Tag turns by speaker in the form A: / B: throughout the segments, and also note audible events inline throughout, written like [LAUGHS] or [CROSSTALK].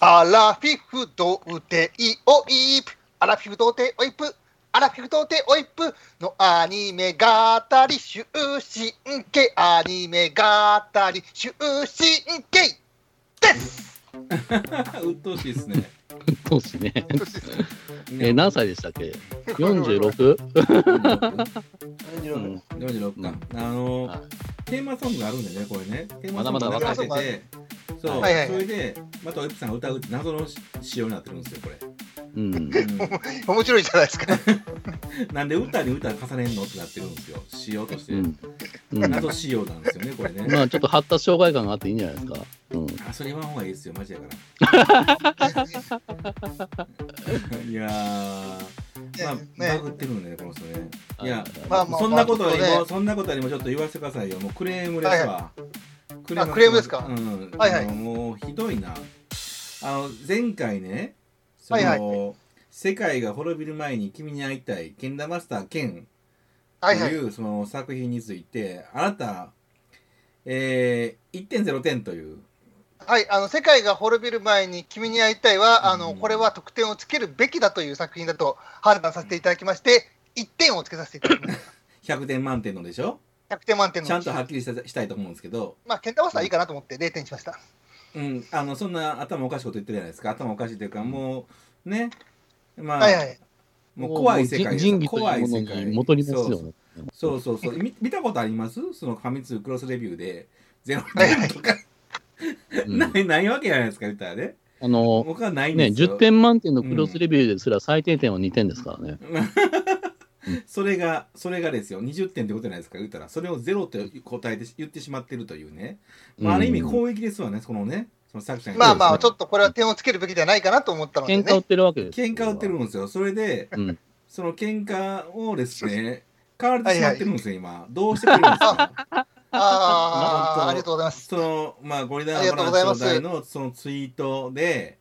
A: ラフィフ童貞オイプアラフィフ童貞オイプアラフィフ童貞オイプのアニメ語り終身刑アニメ語り終身刑です
B: [LAUGHS] 鬱陶しいですね。
C: そうですね。
B: ね
C: [LAUGHS] え、何歳でしたっけ ?46? うん
B: 46か、あの
C: はい
B: テーマソングがあるんだよねこれねテーマ
C: まだ
B: ソン
C: ま
B: グが
C: だ
B: 流れ
A: 若
B: ててそう、
C: はい
A: はいはい
B: それでまたおゆきさんが歌うって謎のし仕様になってるんですよこれ、
C: うん。 [LAUGHS]
A: 面白いじゃないですか
B: なんで歌に歌重ねんのってなってるんですよ仕様として、
C: うん。うん
B: 謎仕様なんですよねこれね、
C: まあ、ちょっと発達障害感があっていいんじゃないですか。うん。
B: あそれ言わん方がいいですよマジやから
C: [LAUGHS]
B: いやーまあ、
A: ね
B: バグってるんだよねこの人ねいや
A: まあまあ
B: そんなことより
A: まあちょっ
B: も、
A: とね
B: そんなことよりもちょっと言わせてくださいよ。もうクレームですわ。ク
A: あクレームですか
B: うん。
A: はいはい
B: あのもうひどいな。あの前回ね、その、
A: はいはい
B: 世界が滅びる前に君に会いたい、ケンダマスターケンと
A: はいはい
B: いうその作品について、あなた、えー、1.0点という。
A: はいあの世界が滅びる前に君に会いたいはあの、
B: うん
A: これは得点をつけるべきだという作品だと判断させていただきまして1点をつけさせていただきます
B: 100点満点のでしょ
A: 100点満点の
B: ちゃんとはっきりしたしたいと思うんですけど、
A: まあケンタマスターはいいかなと思って0点にしました
B: うん、あのそんな頭おかしいこと言ってるじゃないですか頭おかしいというかもうねまあ、
A: はいはい
B: もう怖い世界です
C: 仁義と
B: 怖
C: い
B: いう
C: も
B: 世
C: の
B: 界
C: に戻りますよね。
B: そうそうそうそう
C: [LAUGHS]
B: 見見たことありますその過密クロスレビューでゼロ点とか、
C: うん
B: ないないわけじゃないですか言ったらね
C: あの、
B: 僕はないん
C: ね、
B: ですよ、
C: 10点満点のクロスレビューですら最低点は2点ですからね。
B: それがそれがですよ20点ってことじゃないですか言ったらそれをゼロって答えて言ってしまってるというね、まあ、ある意味攻撃ですわね、このねその作者に
A: まあまあ、ちょ
B: と
A: っとこれは点をつけるべきじゃないかなと思ったので、
C: 喧嘩売っ
A: ね、
C: てるわけです。
B: 喧嘩売ってるんですよそれで
C: うん。
B: その喧嘩をですね買われてしまってるんですよ、今どうしてくれるんですか
A: あ
B: [LAUGHS] まあ
A: あ、ありがとうございます。
B: そのまあゴリラ
A: ありがとう
B: の
A: ござい
B: 話
A: ま
B: の
A: す
B: 題のそのツイートで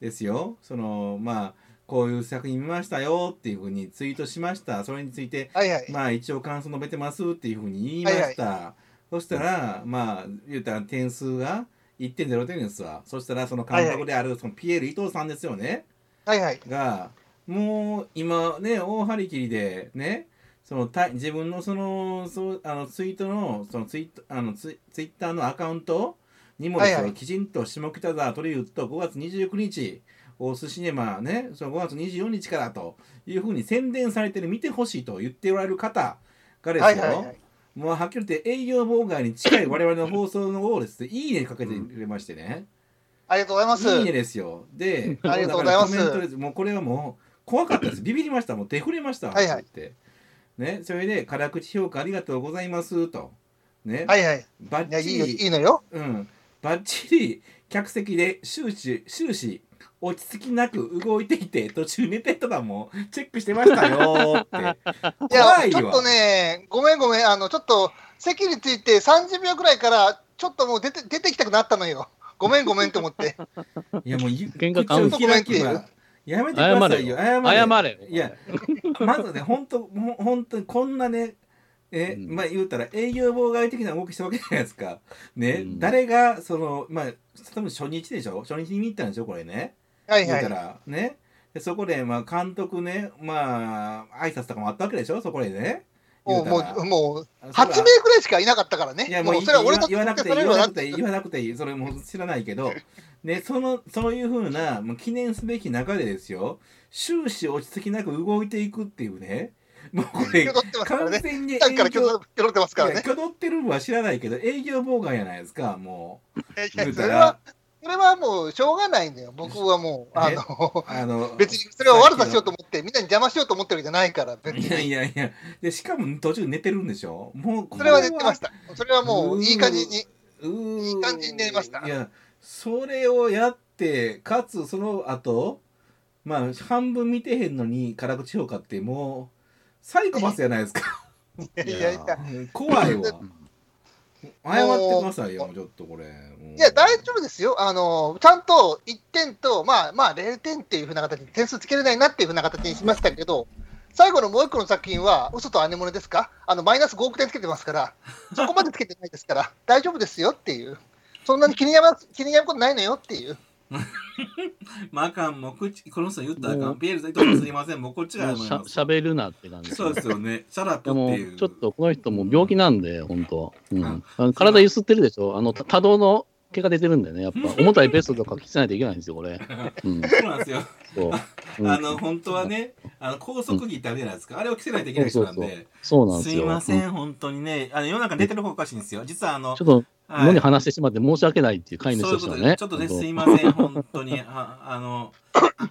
B: ですよそのまあこういう作品見ましたよっていうふうにツイートしましたそれについて
A: はいはい。
B: まあ一応感想述べてますっていうふうに言いました、そしたらまあ言うたら点数が1.0点ですわそしたらその監督であるそのピエール伊藤さんですよね
A: はいはい。
B: がもう今ね大張り切りでねそのた自分のそのそうあのツイートのそのツイートあのツイツイッターのアカウントにもですよ
A: はいはい
B: きちんと下北沢トリューと5月29日大須シネマねその5月24日からというふうに宣伝されてる見てほしいと言っておられる方がですよ、
A: はいはいはい。
B: もうはっきり言って営業妨害に近い我々の放送の方をですねいいねかけてくれましてね、
A: ありがとうございます。
B: いいねですよ。で、
A: [LAUGHS] ありがとうございます
B: だからコメントですもうこれはもう怖かったです。ビビりました。もう手触れました。
A: はいはい
B: って言ってね、それで辛口評価ありがとうございますと。ね、
A: はいはい。
B: バ
A: いや、
B: ッ
A: い
B: チ
A: い
B: リ
A: よ、いいのよ。
B: うん、バッチリ客席で終始終始落ち着きなく動いていて途中寝てとかもチェックしてましたよって。
A: [LAUGHS] いや、
B: 怖い
A: ち
B: わ
A: ょっとね、ごめんごめん、あの、ちょっと、席について30秒くらいから、ちょっともう出て出てきたくなったのよ。ごめんごめんと思
B: [LAUGHS]
A: って。
B: いやもう言う
C: 喧嘩買う
B: 口を開けばやめてくだ
C: 謝
B: さ
C: れ
B: いよ。
C: よ。
B: 謝れ
C: 謝れよ。
B: いや、
A: [LAUGHS]
B: まずね、本当、ほん本当にこんなね、え、
C: うん
B: まあ言うたら営業妨害的な動きしたわけじゃないですか。ね、
C: うん
B: 誰が、その、まあ、多分初日でしょ初日に見に行ったんでしょこれね。
A: はい
B: 言
A: は
B: うた
A: い。
B: ら、ね。でそこで、まあ監督ね、まあ、挨拶とかもあったわけでしょそこでね。
A: も
B: 言
A: う、
B: た
A: も
B: ら
A: う、もう、
B: あそら
A: 8名くらいしかいなかったからね。
B: いやもうい
A: それは俺と
B: 言わなくていい
A: それ
B: 言
A: は
B: わな
A: な
B: くていい言わなくていいそれもう知らないけどねそのそういうふうなもう記念すべき中でですよ終始落ち着きなく動いていくっていうねもうこ
A: [LAUGHS]
B: れ
A: 気を取ってますから
B: 完
A: ね。 [LAUGHS]
B: 全に営
A: さっきから気
B: 業
A: を取気を取ってますから
B: いや
A: ね。
B: 気を取ってるのは知らないけど営業妨害じゃないですかもう
A: いやい
B: 言
A: や
B: う
A: そ
B: た
A: れは
B: ら、
A: それはもう、しょうがないんだよ。僕はもう、あ
B: え
A: の、
B: あの
A: 別にそれを悪さしようと思ってみんなに邪魔しようと思ってるわけじゃないから別
B: いやい
A: に
B: やいやでしかも途中寝てるんでしょもうこ
A: それは言ってましたそれはも
B: う
A: う
B: ー
A: いい感じに
B: うー
A: いい感じになりました
B: いやそれをやってかつその後まあ半分見てへんのに辛口評価ってもうサイコパスじゃないですか
A: いやいやいや
C: いや
B: 怖いわ謝ってくださいよ
A: も
B: ちょっとこれもう
A: いや大丈夫ですよあのちゃんと1点とまあまあ0点っていうふうな形で点数つけれないなっていうふうな形にしましたけど最後のもう一個の作品は嘘と姉物ですかあのマイナス5億点つけてますからそこまでつけてないですから大丈夫ですよっていうそんなに気にやま気にやることないのよっていう
B: まああかん、もう口、この人言ったらあかん。ピエールさん言ったらすいません、もうこっちが謝
C: し
B: り
C: ゃ
B: ます。
C: しゃべるなって感じ
B: そうですよね。シャラップ
C: で
B: って
C: も
B: いう。
C: ちょっとこの人もう病気なんで、本当、うん
B: あ
C: あの体揺すってるでしょ、あのた多動の毛が出てるんでね、
B: [LAUGHS]
C: やっぱ、重たいベストとか着せないといけないんですよ、これ。うん、
B: そうなんですよ。
C: そううん
B: あの、本当はね、あの、高速着ってあるじゃないですか。あれを着せないといけない人なん
C: そう
B: で。
C: そうなんですす
B: い
C: よ。
B: ま
C: う
B: せ
C: ん
B: ん、本当にね。あの、世の中に出てる方がおかしいんですよ。実はあの
C: ちょ、っと、
B: はい
C: 無理話してしまって申し訳ないっていう飼い主
B: そうい
C: と
B: う
C: して
B: こ
C: は
B: とで、
C: ね。
B: ちょっとね、
C: 本当
B: すいません、本当に。ああの、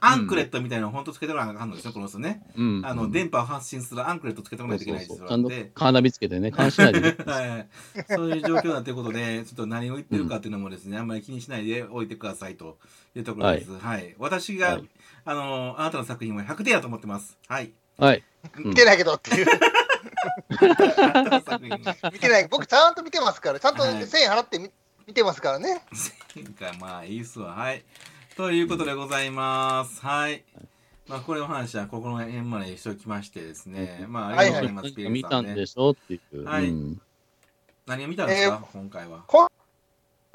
B: アンクレットみたいなのを本当つけてもらわなあかんのですよ、この人ね。
C: うん
B: あの、電波を発信するアンクレットつけてもらわないといけないんです
C: そうそう
B: よ。
C: そうちゃんと
B: で。
C: カーナビつけてね、監視しないでね
B: [LAUGHS] はい、そういう状況だということで、ちょっと何を言ってるかというのもですね、あんまり気にしないでおいてくださいというところです。はい、私が、
C: はい
B: あの、あなたの作品は100点やと思ってます。はい、 [LAUGHS]
C: はい。
A: 見てないけどっていう、
B: あなたの作品。
A: 見てない、僕、ちゃんと見てますから、ちゃんと
B: はい
A: 1000円払ってみ見てますからね。
B: かまあいいっすわはいということでございます、はいまあこれお話はここの辺まで一緒きましてですね、まあありがとうございます、ピエール
C: 見
B: さ
C: た
B: ん、
C: ん
B: ね
C: で、しょっていう。
B: はい
C: うん
B: 何を見たんですか、今回は
A: 今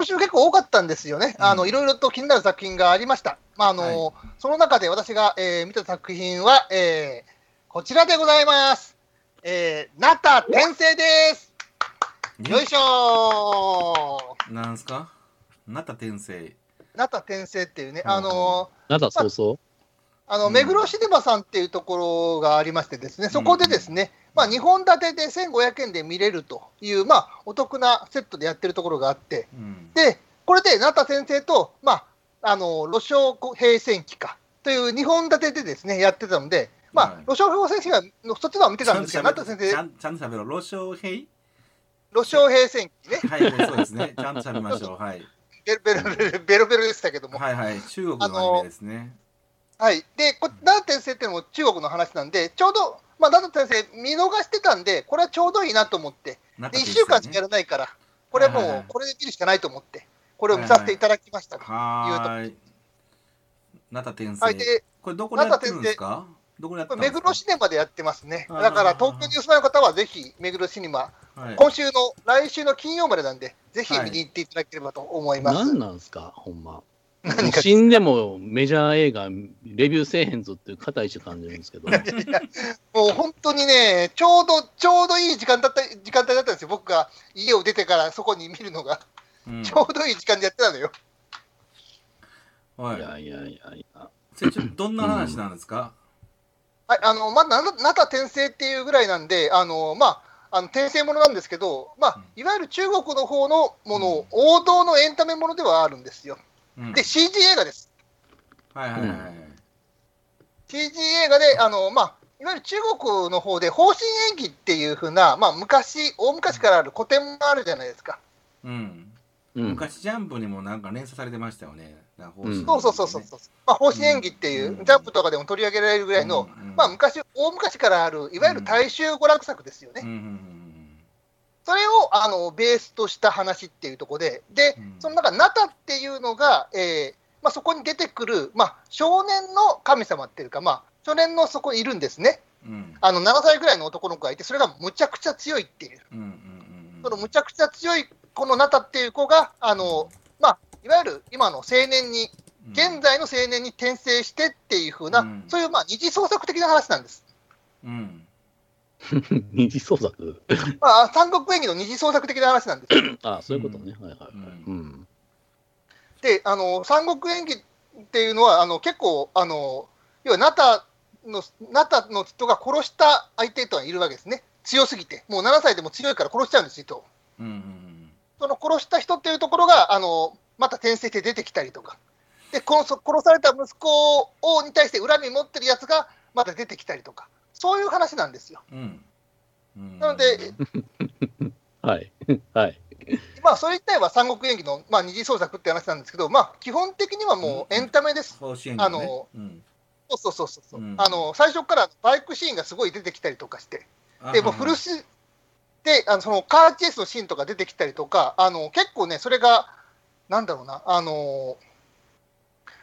A: 週結構多かったんですよね。
B: うん
A: あの、いろいろと気になる作品がありました。まあ、あの、その中で私が、えー見た作品は、えーこちらでございます。えー、なた転生です。よいしょ
B: なんすかなた転生
A: ー。なた転生っていうね、
B: うん
A: あの、
C: なんだ、そうそう。
A: あ
B: う
A: の
B: ん
A: 目黒シネマさんっていうところがありましてですね、そこでですね、まあ、2本立てで1500円で見れるという、まあ、お得なセットでやってるところがあって、
B: うん
A: で、これでなた先生と、まあ、あの、路上平戦期か、という2本立てでですね、やってたので、まあ
B: はい、
A: 路上平戦期は、そっちのは見て
B: ちゃ
A: た
B: ん
A: んで
B: と
A: すけ
B: し
A: ど、
B: ゃべ
A: なた
B: ろ
A: 先
B: ちゃ
A: 生、
B: んちゃんとしゃべろう老少平
A: 路上平戦期ね、
B: はいはいそうですねちゃんとしゃべりましょう、はい、
A: ベロベロベロベロベロでしたけども、
B: はいはい中国のアニメですね
A: はい。で、こダダ先生っていうのも中国の話なんで、ちょうど、まあ、ダダ先生見逃してたんで、これはちょうどいいなと思って、
B: なた
A: で、1
B: 転生
A: 週間しかやら
B: ね
A: ないから、これは
B: はいはい
A: も
B: は
A: う
B: い、
A: これで見るしかないと思って、これを見させていただきました。は
B: はーいなた転生、
A: い。で、
B: これどこでやってるんですかどこでやって
A: こ
B: るん
A: れ
B: で
A: 目
B: すか
A: 黒シネマでやってますね。
B: あー
A: だから、東京にお住まいの方は、ぜひ、目黒シネマ、
B: はい
A: 今週の、来週の金曜までなんで、ぜひ見に行っていただければと思います。
C: 何なんすか、ほんま。
A: 何が
C: 死んでもメジャー映画、レビューせえへんぞっていう硬い意志感じるん
B: [LAUGHS]
C: ですけど。
A: もう本当にね、ちょうど、ちょうどいい時間だった、時間帯だったんですよ。僕が家を出てからそこに見るのが、
B: うん
A: ちょうどいい時間でやってたのよ。
B: はいい
C: やいやいやいや。
B: それちょっとどんな話なんですか、
A: はい、あのまあ、ななた転生っていうぐらいなんで、あのまあ、あの転生ものなんですけど、まあ、いわゆる中国の方のもの、
B: うん
A: 王道のエンタメものではあるんですよ。
B: うん
A: で、CG 映画です。
B: はいはいはいはい。
A: CG 映画で、あのまあ、いわゆる中国の方で、方針演技っていう風な、まあ、昔、大昔からある古典もあるじゃないですか。
B: うん、
C: うん。
B: 昔ジャンプにもなんか連鎖されてましたよね。なんか方針
C: うん
A: そうそうそうそうそう、まあ、方針演技っていう、
B: うん
A: ジャンプとかでも取り上げられるぐらいの、
B: うん
A: まあ、昔、大昔からある、いわゆる大衆娯楽作ですよね。
B: うんうんうん
A: それをあのベースとした話っていうところで、で
B: うん、
A: その中、ナタっていうのが、えーまあ、そこに出てくる、まあ、少年の神様っていうか、まあ、少年のそこにいるんですね。
B: うんうん
A: あの7歳ぐらいの男の子がいて、それがむちゃくちゃ強いっていう、
B: うんうんうん
A: そのむちゃくちゃ強いこのナタっていう子が、あのまあ、いわゆる今の青年に、現在の青年に転生してっていうふうな、
B: うん
A: そういうまあ二次創作的な話なんです。
B: うん
C: [LAUGHS] 二次創作。
A: まあ、三国演義の二次創作的な話なんです。
C: あそういうことね。はいはいは
B: う
C: い。うん。
A: であの三国演義っていうのはあの結構あの要はナタのナタの人が殺した相手とはいるわけですね強すぎてもう7歳でも強いから殺しちゃうんですよ人を
B: うんうん
A: その殺した人っていうところがあのまた転生して出てきたりとかでこのそ殺された息子をに対して恨み持ってるやつがまた出てきたりとかそういう話なんですよ
B: うんうんうん
A: なので、
C: はい。 [LAUGHS] はい。
A: まあ、それ自体は三国演義の、まあ、二次創作って話なんですけど、まあ、基本的にはもうエンタメです
B: 方針演技ね
A: あの
B: うん
A: そうそうそうそう、
B: うん
A: あの最初からバイクシーンがすごい出てきたりとかして、
B: あ
A: でもうフルスであのそのカーチェイスのシーンとか出てきたりとか、あの結構ね、それがなんだろうな、あの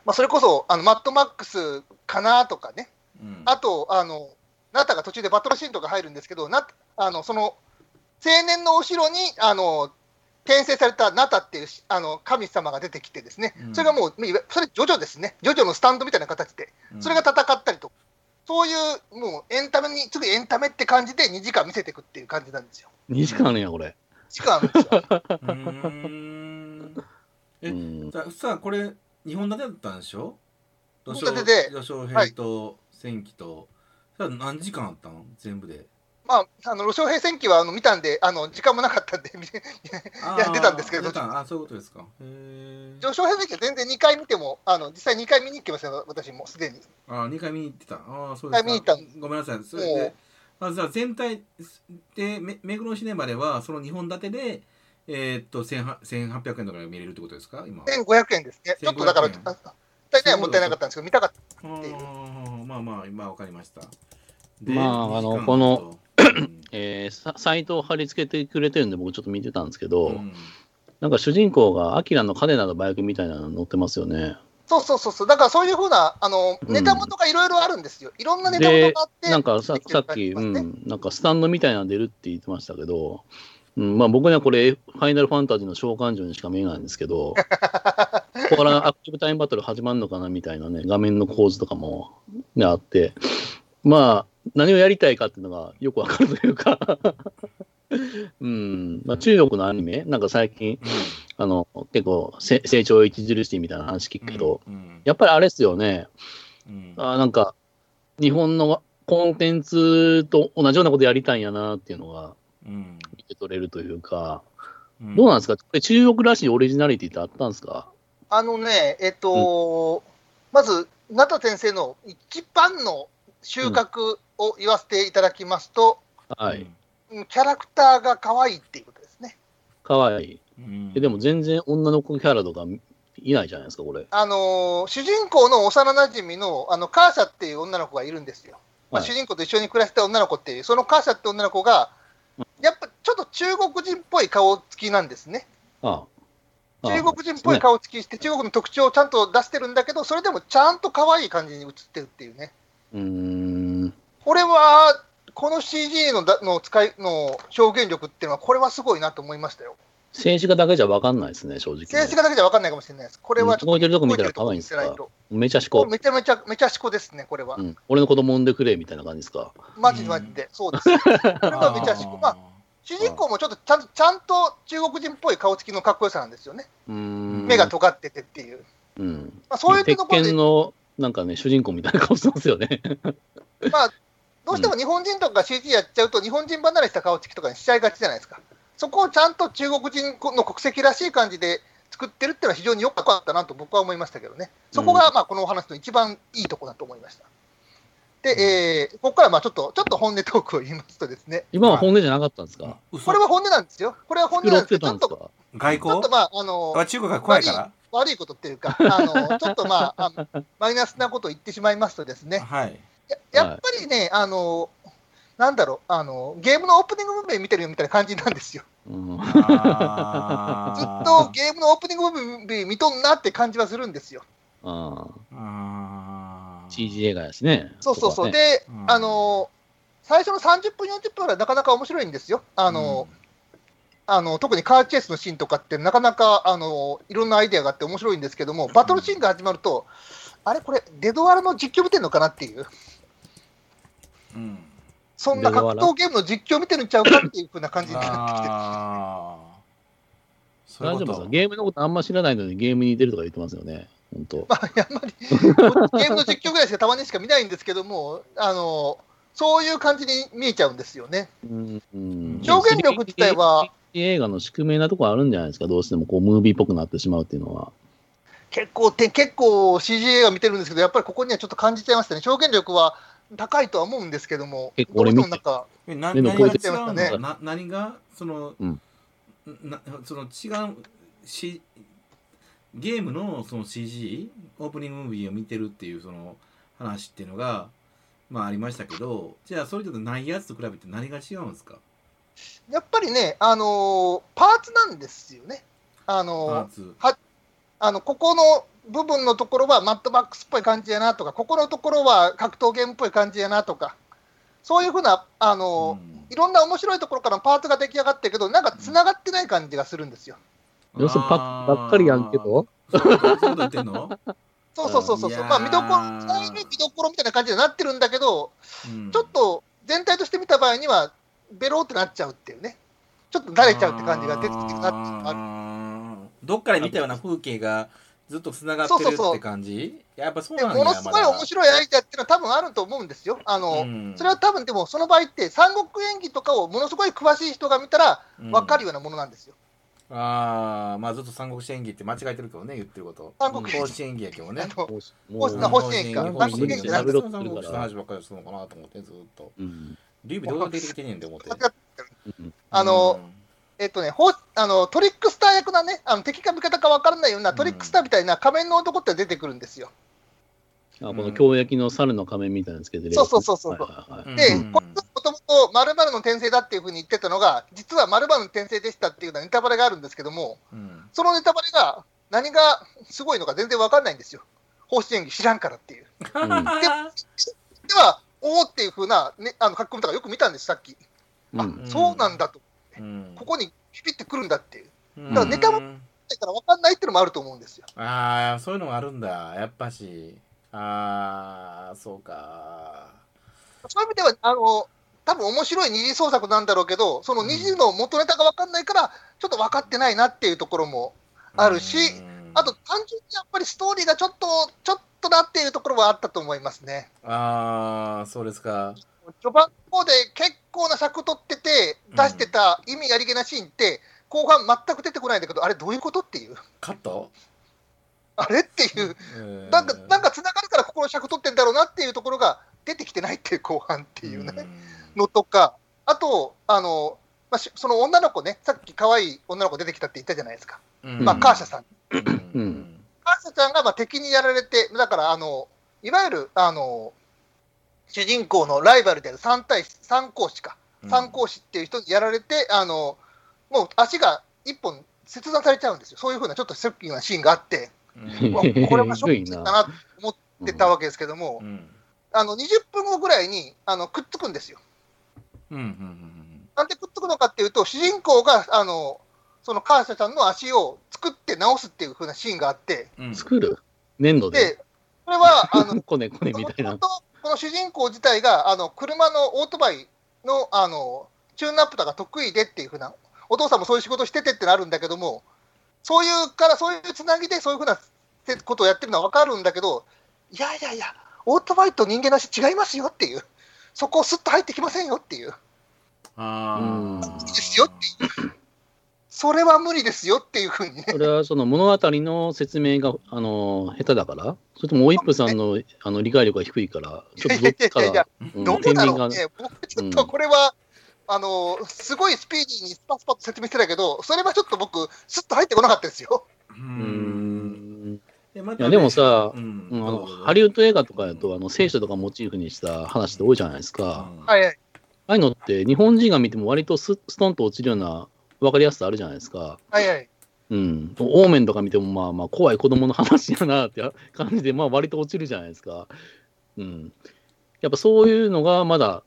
A: まあ、それこそあのマッドマックスかなとかね、
B: うん
A: あと、あのナタが途中でバトルシーンとか入るんですけど、なあのその青年の後ろにあの転生されたナタっていうしあの神様が出てきてですね、
B: うん
A: それがもう、いわそれ、ジョジョですね、ジョジョのスタンドみたいな形で、
B: うん
A: それが戦ったりと、そういう、もうエンタメに、すぐエンタメって感じで2時間見せていくっていう感じなんですよ。
C: 2時間あるんや、これ。
A: 時間あ
C: [LAUGHS]
A: るんですよ
B: うーんえ
C: うん
B: ささあこれ日本立てだったんでしょ土
A: 二本立てで
B: 俵平と戦記と、さあ何時間あったの全部で
A: まあ、あの、路上平戦記はあの見たんで、あの、時間もなかったんで、 [LAUGHS] 見て
B: あー
A: いや出たんですけど
B: 出たあそういうことですかへえ
A: 上昇平戦記は全然2回見ても、あの、実際2回見に行きましたよ、私もすでに。
B: あー二回見に行ってたああそうですか
A: 二回見に行っ
B: ごめんなさいそれ
A: お
B: で
A: う
B: あじゃあ全体でめ目黒シネマではその2本立てでえーっと1800 1800円とかで見れるってことですか今
A: 1500円ですね。ちょっとだから、
B: 1500円
A: あ大体はもったいなかったんですけど、見たかった。
B: あーまあまあ今わかりましたで
C: まあ
B: 二
C: あの
B: 時間
C: この
B: とうん
C: えーさサイトを貼り付けてくれてるんで、僕ちょっと見てたんですけど、
B: うん
C: なんか主人公が、アキラの彼なのバイクみたいなの乗ってますよね。
A: そうそうそうそう、だからそういうふうなあの
C: うん
A: ネタ元がいろいろあるんですよ、いろんなネタ
C: で
A: 元があって、
C: なんかさ
A: 出てきて
C: さ
A: る
C: っき、う
A: 感じがしますね
C: ん、なんかスタンドみたいなの出るって言ってましたけど、うんまあ、僕にはこれ、ファイナルファンタジーの召喚獣にしか見えないんですけど、ここからアクティブタイムバトル始まるのかなみたいなね、画面の構図とかも、ね、あって、まあ、何をやりたいかっていうのがよくわかるというか、 [LAUGHS] うんまあ、中国のアニメ、なんか最近、あの結構せ成長著しいみたいな話聞くけど、
B: うん
C: やっぱりあれですよね、
B: うん
C: あーなんか、日本のコンテンツと同じようなことやりたいんやなっていうのが
B: うん
C: 見て取れるというか、
B: うん
C: どうなんですかこれ中国らしいオリジナリティってあったんですか
A: あのね、えっと、まず、ナタ先生の一番の収穫を言わせていただきますと、
C: はい。
A: うんキャラクターが可愛いっていうことですね。
C: かわいい。
B: うん
C: えでも全然女の子キャラとかいないじゃないですか、これ。
A: あの主人公の幼なじみのあのカーシャっていう女の子がいるんですよ、まあ、
C: はい
A: 主人公と一緒に暮らしてた女の子っていう、そのカーシャって女の子が、やっぱちょっと中国人っぽい顔つきなんですね。
C: ああ
A: 中国人っぽい
C: か
A: 顔つきして、中国の特徴をちゃんと出してるんだけど、それでもちゃんと可愛い感じに映ってるっていうね、
C: うーん。
A: これは、この CG のだの使いの表現力っていうのは、これはすごいなと思いましたよ。
C: 静止画だけじゃわかんないですね、正直ね。
A: 政治家だけじゃ分かんないかもしれないです。これはちょっ
C: 動いてる
A: と
C: とこ見
A: 動
C: た
A: いてる
C: ら可愛いんですか
A: とこ
C: めちゃ
A: 見
C: し
A: せないと
C: こ。
A: めちゃめちゃ、めちゃしこですね、これは
C: う。ん、俺の子供産んでくれみたいな感じですか。
A: マジでマジで、そうです。これはめちゃしこ。
C: [LAUGHS]
A: まあ、主人公もちょっとちゃんちゃんと中国人っぽい顔つきのかっこよさなんですよね。
C: うーん
A: 目が尖っててっていう。
C: うん。
A: まあ、そういうと
C: 鉄
A: ころで
C: 拳のなんかね、主人公みたいな顔してますよね。
A: まあ、どうしても日本人とかが CG やっちゃうと、日本人離れした顔つきとかにしちゃいがちじゃないですか。そこをちゃんと中国人の国籍らしい感じで作ってるっていうのは非常によかったなと僕は思いましたけどね。そこがまあこのお話の一番いいとこだと思いました。で、えーここからまあちょっと、ちょっと本音トークを言いますとですね、
C: 今は本音じゃなかったんですか、
A: これは本音なんですよ。これは本音
C: 袋
A: な
C: 売
A: ん
C: っ
A: です
C: て
A: けど、
C: た
A: ち
C: ん
A: ょっ
C: で
A: と、ちょっと
B: 外
C: すか
B: 交
A: まあ、あの
B: あ中国が怖いか
A: 悪いことっていうか、あのちょっとまああのマイナスなことを言ってしまいますとです
B: ら
A: ね、
B: はい。
A: ややっぱりね、あのなんだろうあの、ゲームのオープニングムービー見てるみたいな感じなんですよ。
C: うん、
B: ずっ
A: ずっとゲームのオープニングムービー見とんなって感じはするんですよ。
C: あ
B: あ
C: ー
B: ー
C: CG 映画やしね。
A: そうそうそう。
C: ここ
A: で、
B: うん
A: あの最初の30分、40分はなかなか面白いんですよ。あの、あの特にカーチェイスのシーンとかって、なかなかあのいろんなアイデアがあって面白いんですけども、バトルシーンが始まると、あれ、これ、デドワラの実況見てるのかなっていう、
B: うんうん
A: そんな格闘ゲームの実況見てるんちゃうかっていうふうな感じになってきて、
B: あーそうい
C: ね大
B: う
C: 丈
B: こ
C: 夫
B: と
C: ですかゲームのことあんま知らないのにゲームに出るとか言ってますよね。本当。
A: まあ、あんまりゲームの実況ぐらいしかたまにしか見ないんですけども、あのそういう感じに見えちゃうんですよね。
C: うんうん
A: 表現力自体は。
C: CG 映画の宿命なとこあるんじゃないですかどうしてもこうムービーっぽくなってしまうっていうのは。
A: 結構て、結構 CGA が見てるんですけど、やっぱりここにはちょっと感じちゃいましたね、表現力は高いとは思うんですけども、
C: 結構俺見て
A: どうしてもなんか
B: えな
C: 目
B: 何
C: の
B: が
C: 声
B: 違
A: で
B: うの、
A: ね
B: な何がその、
C: うん
B: なその違うしゲームのその CG オープニングムービーを見てるっていうその話っていうのがまあありましたけどじゃあそれとないやつと比べて何が違うんですか
A: やっぱりね、あのパーツなんですよね。あ
B: パ
A: の
B: ーツ
A: あのここの部分のところはマッドマックスっぽい感じやなとか、ここのところは格闘ゲームっぽい感じやなとか、そういうふうなあの、
B: うん
A: いろんな面白いところからパーツが出来上がってるけど、なんか繋がってない感じがするんですよ。
C: 要するにパックばっかりやんけど、
B: あー。そうそうだってんの、
A: そうそうそうそうそう。
B: いやー
A: まあ見どころ、伝える見どころみたいな感じになってるんだけど、
B: うん
A: [LAUGHS] ちょっと全体として見た場合には、ベローってなっちゃうっていうね。ちょっと慣れちゃうって感じが出てきてなってる
B: あーどっから見たような風景がずっとつながって
A: そ
B: る
A: うそう
B: っ
A: そ
B: て
A: う
B: 感じやっぱそう
A: で
B: なんだ
A: ものすごい面
B: い
A: 白いアイデアっていうのは多分あると思うんですよ。あの、それは多分でもその場合って三国演技とかをものすごい詳しい人が見たら分かるようなものなんですよ。
B: ああまあずっと三国志演技って間違えてるけどね言ってること
A: 三国
B: 志
A: 志
B: 甲子園芸やけどね
A: あの
C: もう
A: もうな
C: も
A: 星演技か
B: 甲子園芸
C: 三国志
B: なんでそ
C: 喋ろう
B: の
C: と
B: 三国
C: するから
B: 志の話ばっかりするのかなと思ってずっと
C: ううん
B: 劉備どうやって出てきてんねんって思って
A: 間違ってあの、えっとね、ほあのトリックスター役なね、あの敵か味方か分からないようなトリックスターみたいな仮面の男って出てくるんですよ。
C: あこの京焼の猿の仮面みたいなのつけてる
A: そうそうそうそう
C: はいはいはい
A: で、
B: うん
A: こいつもともと〇〇の転生だっていうふうに言ってたのが、実は〇〇の転生でしたっていうようなネタバレがあるんですけども、
B: うん
A: そのネタバレが何がすごいのか全然分かんないんですよ。方針演技知らんからっていう。
C: うん
A: では、おおっていうふうな、ね、あの書き込みとかよく見たんです、さっき。あ、
C: うん
A: そうなんだと、
B: うん
A: ここにピピってくるんだっていう。
B: うん
A: だからネタもだから分かんないっていうのもあると思うんですよ。
B: ああそういうのもあるんだやっぱしああそうか
A: そういう意味では、あの、多分面白い二次創作なんだろうけど、その二次の元ネタが分かんないから、ちょっと分かってないなっていうところもあるし
B: うん
A: あと単純にやっぱりストーリーがちょっと、ちょっとなっていうところはあったと思いますね。
B: ああそうですか
A: 序盤の方で結構な尺取ってて、出してた意味ありげなシーンって、後半全く出てこないんだけど、あれどういうことっていう、 [LAUGHS]
B: カット
A: あれっていう、
B: うん
A: なんか、なんか繋がるからここの尺取ってんだろうなっていうところが出てきてないっていう後半っていうね、のとか、あと、あの、まあ、しその女の子ね、さっき可愛い女の子出てきたって言ったじゃないですか。
B: うん
A: まあ、カーシャさん。
B: うん
C: うん
A: カーシャちゃんがまあ敵にやられて、だから、あの、いわゆる、あの、主人公のライバルである三対三公子か。三公子っていう人にやられて、あの、もう足が一本切断されちゃうんですよ。そういうふうなちょっとショッキングなシーンがあって、
B: うん
A: うわこれはショッキングだなっ
C: うん
A: てたわけですけども、
B: うん
A: あの、20分後ぐらいに、あの、くっつくんですよ。
B: うんうん
A: なんでくっつくのかっていうと、主人公が、あの、そのカーシャちゃんの足を作って直すっていうふうなシーンがあって、
B: うんうん
C: 作る粘土で
A: で、これは、あの、
C: こねこね [LAUGHS] みたい
A: も
C: な
A: ともとこの主人公自体があの車のオートバイのあのチューンアップとか得意でっていうふうな、お父さんもそういう仕事しててってなるんだけども、そういうから、そういうつなぎでそういうふうなことをやってるのは分かるんだけど、いやいやいや、オートバイと人間の足違いますよっていう、そこをすっと入ってきませんよっていう、
B: あ
C: うん
B: あ
C: いい
A: ですよってそれは無理ですよっていうふうにね、
C: それはその物語の説明があの下手だからそれともお一夫さんのあの理解力が低いからちょっとどっちか
A: いやいやいや
C: らうん
A: どこだろ
C: 天
A: う
C: 秤
A: ね、僕ちょっとこれは、あのすごいスピーディーにスパスパッと説明してたけど、それはちょっと僕、すっと入ってこなかったですよ。
B: う
C: が
B: んえま
C: い
B: た
C: や
B: ね
C: でもさ、
B: うん
C: うんあの
B: どうぞ
C: ハリウッド映画とかだとあの聖書とかモチーフにした話って多いじゃないですか。
B: うん
A: はい、はい、
C: ああいうのって日本人が見ても割とスストンと落ちるような分かりやすさあるじゃないですか。
A: はい、はい。
C: うん。オーメンとか見てもまあまあ怖い子供の話やなって感じでまあ割と落ちるじゃないですか。うん。やっぱそういうのがまだ、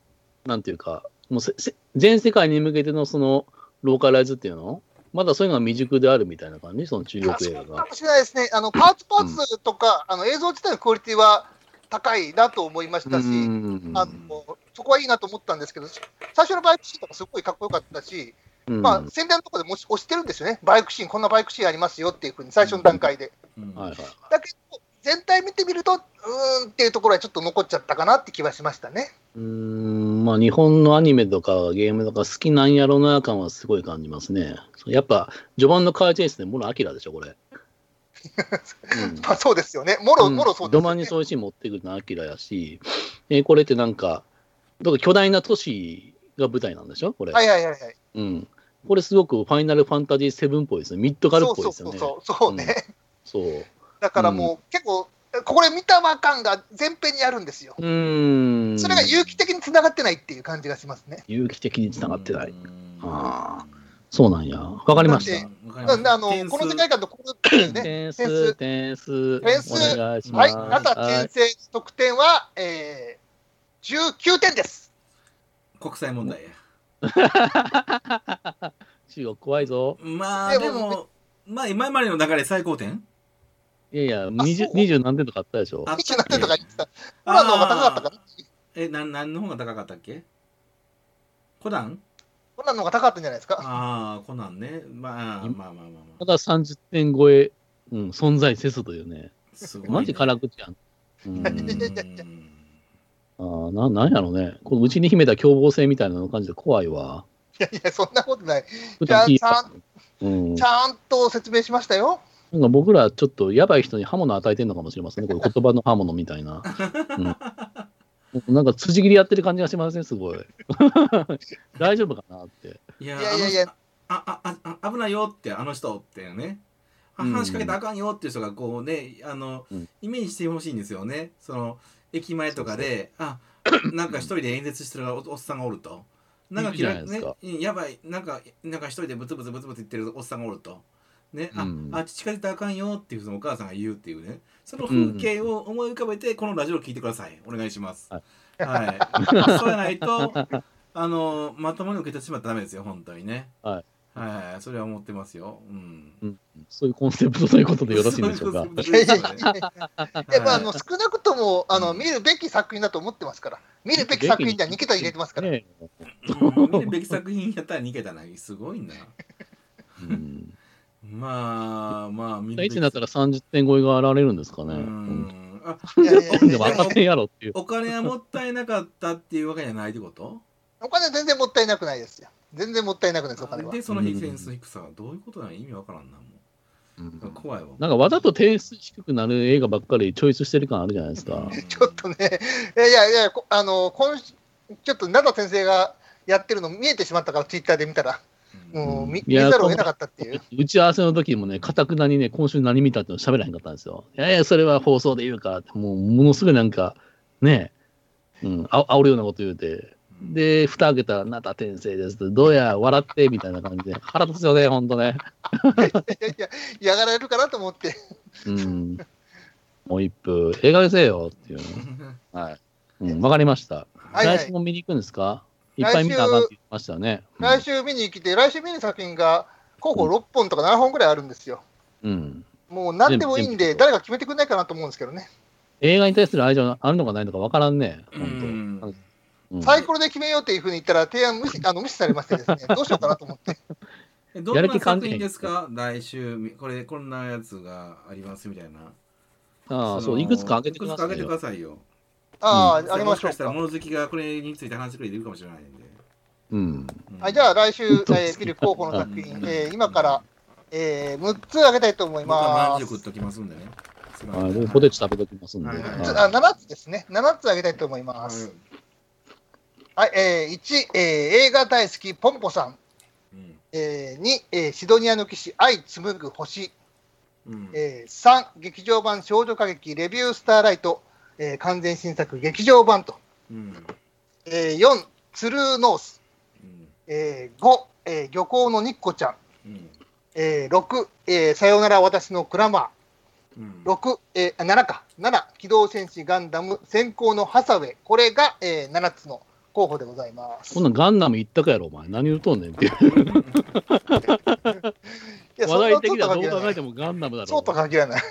C: なんていうか、もうせせ全世界に向けてのそのローカライズっていうのまだそういうのが未熟であるみたいな感じその中国
A: あそう
C: 映画
A: か
C: が。
A: もしれないですね。あのパーツパーツとか、あの映像自体のクオリティは高いなと思いましたし、
C: うん
A: あのそこはいいなと思ったんですけど、最初のバイクシーンとかすごいかっこよかったし、
C: うん
A: まあ、宣伝のところでもし押してるんですよね、バイクシーン、こんなバイクシーンありますよっていうふうに、最初の段階で。
B: うん
C: はいはい。
A: だけど、全体見てみると、うーんっていうところはちょっと残っちゃったかなって気はしましたね。
C: うーんまあ、日本のアニメとかゲームとか好きなんやろな感はすごい感じますね。そうやっぱ序盤のカーチェイスでもろアキラでしょ、
A: [LAUGHS]
C: これ。うん
A: まあそうですよね。もろ、もろそうです
C: 序
A: よ
C: 盤
A: ね
C: に。そういうシーン持ってくるのはアキラやし、えーこれってなんか、どうか巨大な都市が舞台なんでしょ、これ。
A: はいはいはいはい。
C: うん、これすごくファイナルファンタジー7っぽいですね。ミッドガルっ
A: そう
C: ぽい
A: そうそう
C: ですよね。
A: そう。そうね。
C: そう。う
A: だからもう、結構、ここで見たわ感が前編にあるんですよ。
C: ーん。
A: それが有機的につながってないっていう感じがしますね。
C: 有機的に繋がってない。
B: うん
C: あそうなんや。わかりまし
A: だ
C: た
A: って。
B: わかりま
A: うん
B: した
A: あの、
B: 点数
A: この世界観とこの、ね。
C: 点数、点数、お
A: 点数
C: 願いしま
A: はい。
C: す。
A: あなた先生の得点は、えー、19点です。
B: 国際問題や
C: 中国怖いぞ。
B: まあ、
A: で
B: で
A: も
B: も、まあ、今までの中で最高点
C: いやいや、
A: そう
C: 20 20何点とかあったでしょ。
B: あ
A: 27点とか言ってた。
B: あ
A: コランの方が高かったかな
B: え、なん、なんの方が高かったっけコナン
A: コランの方が高かったんじゃないですか。
B: ああ、コナンね。まあ、まあまあまあま
C: た
B: あ。
C: だ30点超え、うん、存在せずというね。
B: すごい、ね。
C: マジ辛口やん。う、
B: うんん。
C: あーななんやろね。このうちに秘めた凶暴性みたいなのを感じて怖いわ。
A: いやいや、そんなことない。
C: 普段聞い
A: ちゃ
C: たうん、
A: ちゃんと説明しましたよ。
C: なんか僕らちょっとやばい人に刃物与えてるのかもしれ
A: [LAUGHS]
C: ませんね。これ言葉の刃物みたいな。うん、なんか辻切りやってる感じがしますね、すごい。 [LAUGHS] 大丈夫かなって。
B: いや
A: いやいやいや
B: あのああああ危ないよってあの人ってねあ
C: うん
B: 話しかけたらあかんよっていう人がこうねあの、
C: うん
B: イメージしてほしいんですよねその駅前とかであなんか一人で演説してるおおっさんがおるとなんか
C: いいじゃないですか
B: ね、やばいなんかなんか一人でブツブツブツブツ言ってるおっさんがおるとねあ、
C: うん
B: あ近づいたらあかんよっていうそのお母さんが言うっていうねその風景を思い浮かべてこのラジオを聞いてくださいお願いします
C: は
B: はい、そうやないと
C: [LAUGHS]
B: あのまともに受けてしまったらダメですよ本当にね
C: はい
B: はいそれは思ってますようん
C: そういうコンセプトということでよろしいんでしょうか。
B: そう
A: いや
B: い
A: いうや
B: こ
A: い
B: と
A: や
B: で
A: い
B: すよね
A: や
B: はい
A: やっぱあの少なくともあの
B: うん
A: 見るべき作品だと思ってますから、見るべき作品には2桁入れてますから、
C: ね
B: うん見るべき作品やったら逃げたなすごいな
C: うん、
B: まあまあ見
C: いつに
B: だ
C: なったら30点超えが現れるんですか
B: う
C: ね。うん
B: んあ
A: いやいやいや
C: でもあかんやろっていう。
B: お金はもったいなかったっていうわけじゃないってこと
A: お金全然もったいなくないですよ。全然もったいなくないです、お金は。
B: でその非センス低さはどういうことなの意味わからんなも
C: うん
B: う怖いわ
C: なんかわざと点数低くなる映画ばっかりチョイスしてる感あるじゃないですか。
A: ちょっとね、いやいやいや、こあの今週ちょっと灘先生がやってるの見えてしまったから、ツイッターで見たら、
B: うん
A: もう見
C: うん
A: 見ざるを得なかったっていう。
C: 打ち合わせの時もね、かたくなにね、今週何見たっての喋らへんかったんですよ。いやいや、それは放送で言うからって、もうものすごいなんか、ねえ、うん、あ煽るようなこと言うて、で、蓋開けたら、なた天生ですってどうや、笑って、みたいな感じで、腹立つよね、ほんとね。
A: [LAUGHS] いやいや、嫌がられるかなと思って、
C: うん。もう一歩、映画にせえよっていう。はい。うん、わかりました。
A: はいはい
C: 来週も見に行くんですかいっぱい見たらあかんって言ってましたよね。うん
A: 来週見に来て、来週見る作品が、候補6本とか7本ぐらいあるんですよ。
C: うん。
A: もう何でもいいんで、
C: 全部
A: 誰か決めてくれないかなと思うんですけどね。
C: 映画に対する愛情があるのかないのかわからんね。
B: う
C: ほん
B: ん
C: 本と。うん
A: サイコロで決めようっていうふうに言ったら、提案無視あの無視されましてですね、どうしようかなと思って。
B: えどん
C: やる
B: な
C: 気感
B: 作
C: じへ
B: 品
C: ん
B: ですか来週みこれこんなやつがありますみたいな
C: ああ、
B: の
C: そう、いくつか開けてく
B: い
C: だ
B: くつか開け
C: さい
B: て
C: よ
B: く。ださいよ
A: ああ、あ
B: そ
A: り
B: れ
A: ま
B: も
A: し
B: し
A: ょう
B: かしたら
A: か。
B: 物好きがこれについて話してくれているかもしれないんで、
C: うん。
B: うん
A: はい、じゃあ来週、
C: うん
A: えー、ピル候補の作品、えー今から、えー、6つあげたいと思い
B: 僕は
A: ま
B: 満
A: す。
B: 食食っときますんでねすいません
C: はい、ポテチ食べときますんで。
B: はいはい
A: つ
B: はい
A: あ7つですね、7つあげたいと思いま
B: はい
A: す。はい、えー、1、えー映画大好き、ポンポさん。
B: うん
A: えー、2、えーシドニアの騎士、愛紡ぐ星。
B: うん
A: えー、3、劇場版少女歌劇、レビュースターライト、えー完全新作劇場版と。
B: うん
A: えー、4、ツルーノース。
B: うん
A: えー、5、えー漁港のニッコちゃん。
B: うん
A: えー、6、えーさよなら私のクラマ
B: うん
A: ー。6、えー、あ7か。7、機動戦士ガンダム、先行のハサウェイ。これが、えー、7つの候補でございます。
C: こんなんガンダム一択やろ、お前。何言うとんねんっていう。
A: いや
C: 話題的には
A: そんなことは
C: どう考
A: 限
C: え
A: ら
C: て
A: ない
C: もガンダムだ
A: そう
C: ろ
A: と。は限らない。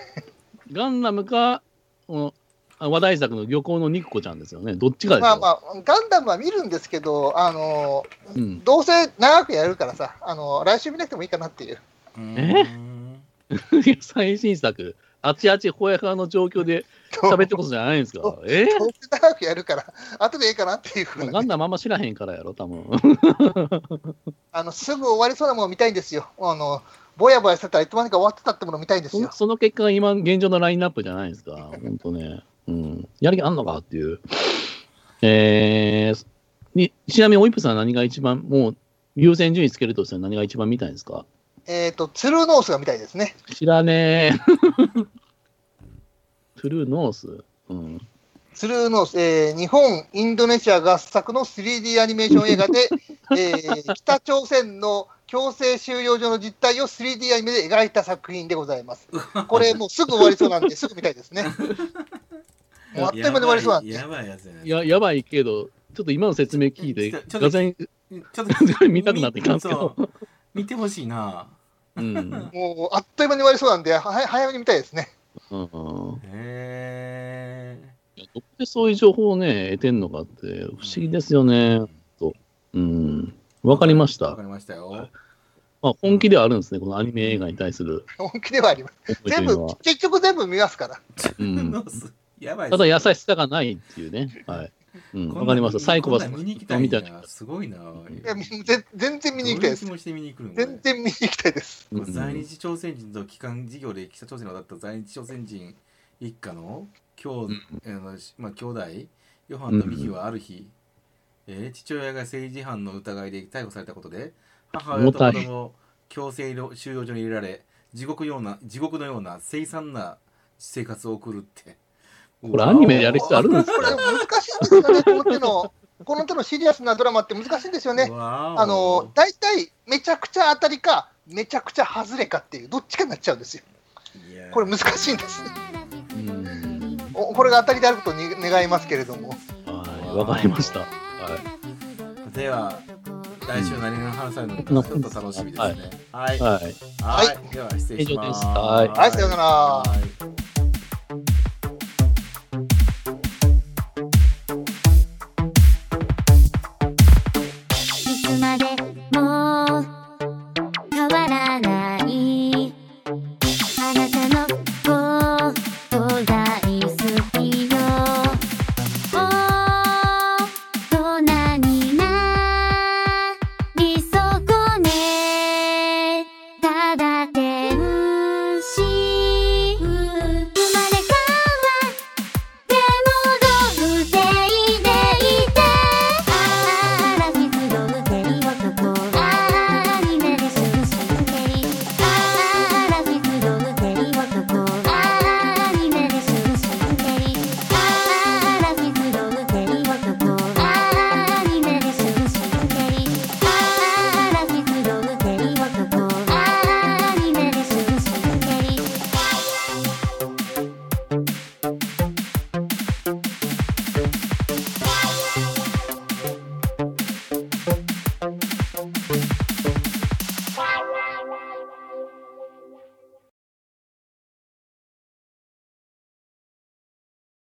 C: ガンダムか、このあ話題作の漁港のニッコちゃんですよね。どっちかでしょ。
A: まあまあ、ガンダムは見るんですけど、あのー
C: うん [LAUGHS]
A: どうせ長くやるからさ、あのー来週見なくてもいいかなっていう。
C: えいや最新作、あちあちほやかの状況で喋ってこそじゃないんですか。え
A: どうせ長くやるから、後でいいかなっていうふ
C: まあ
A: う
C: ガ
A: な、
C: ンダムあんま知らへんからやろ、多分。
A: あのすぐ終わりそうなもの見たいんですよ。あのぼやぼやしてたらいつの間にか終わってたってもの見たいんです
C: そ
A: よ。
C: その結果が今、現状のラインナップじゃないですか。 [LAUGHS] 本当ね。うん。やる気あんのかっていう。えー、にちなみに、オイプさんは何が一番、もう、優先順位つけるとしたら何が一番見たいんですか
A: えっ、と、ツルーノースが見たいですね。
C: 知ら [LAUGHS] ねえ。トゥルーノース。うん。
A: ツルーノース、えー日本、インドネシア合作の 3D アニメーション映画 [LAUGHS] で、えー北朝鮮の強制収容所の実態を 3D アニメで描いた作品でございます。これ、もうすぐ終わりそうなんで、すぐ見たいですね。もうあっという間に終わりそうなんで、
B: やばいやばいやつやない
C: や、やばいけど、ちょっと今の説明聞い
B: ちょ
C: て、
B: ちょっと
C: がぜ
B: ちょっと
C: [LAUGHS] それ見たくなってきたんですけど
B: そう見てほしいな
C: [LAUGHS] うん。
A: もうあっという間に終わりそうなんで、は早めに見たいですね。 [LAUGHS]
C: うんうん
B: へ
C: いやどこでそういう情報をね、得てんのかって不思議ですよ
B: え
C: ね。うん。わかりまし
B: わ
C: た
B: か。りましたよ
C: まあ、本気ではあるんですね、このアニメ映画に対する
A: 本気ではあります。
C: 思いとい
A: 全
C: うの
A: 部
C: は、。
A: 結局全部見ますから。
C: うん [LAUGHS]
B: のす [LAUGHS] やばい
C: ただ優しさがないっていうね。はい。うん、わかりました。サイコパス
B: 見
C: の
B: に行きた
C: 人
B: い
C: みたいな。
B: なすごいない
A: や全全然見に行きたいです
B: どうう気。持ちで見に来るのこれ
A: 全然見に行きたいです。
C: うん
B: 在日朝鮮人と帰還事業で北朝鮮に渡った在日朝鮮人一家の兄,、あのしまあ、兄弟ヨハンとミヒはある日、えー父親が政治犯の疑いで逮捕されたことで母親と子供を強制収容所に入れられ地獄ような地獄のような凄惨な生活を送るって
C: これアニメでやる必要あるんです
A: これ
C: か
A: 難しいんですよね、この手の、この手のシリアスなドラマって難しいんですよね。あ
B: あ
A: の、大体、めちゃくちゃ当たりか、めちゃくちゃ外れかっていう、どっちかになっちゃうんですよ。これ難しいんです。
C: うん
A: おこれが当たりであることに願いますけれども。
C: はい、わかりました。は
B: では来週何の話されるのかちょっと楽しみですね、はい
C: い。はい。
B: はい、では失礼します。
C: 以上ですはい
A: はい、さようなら
B: はい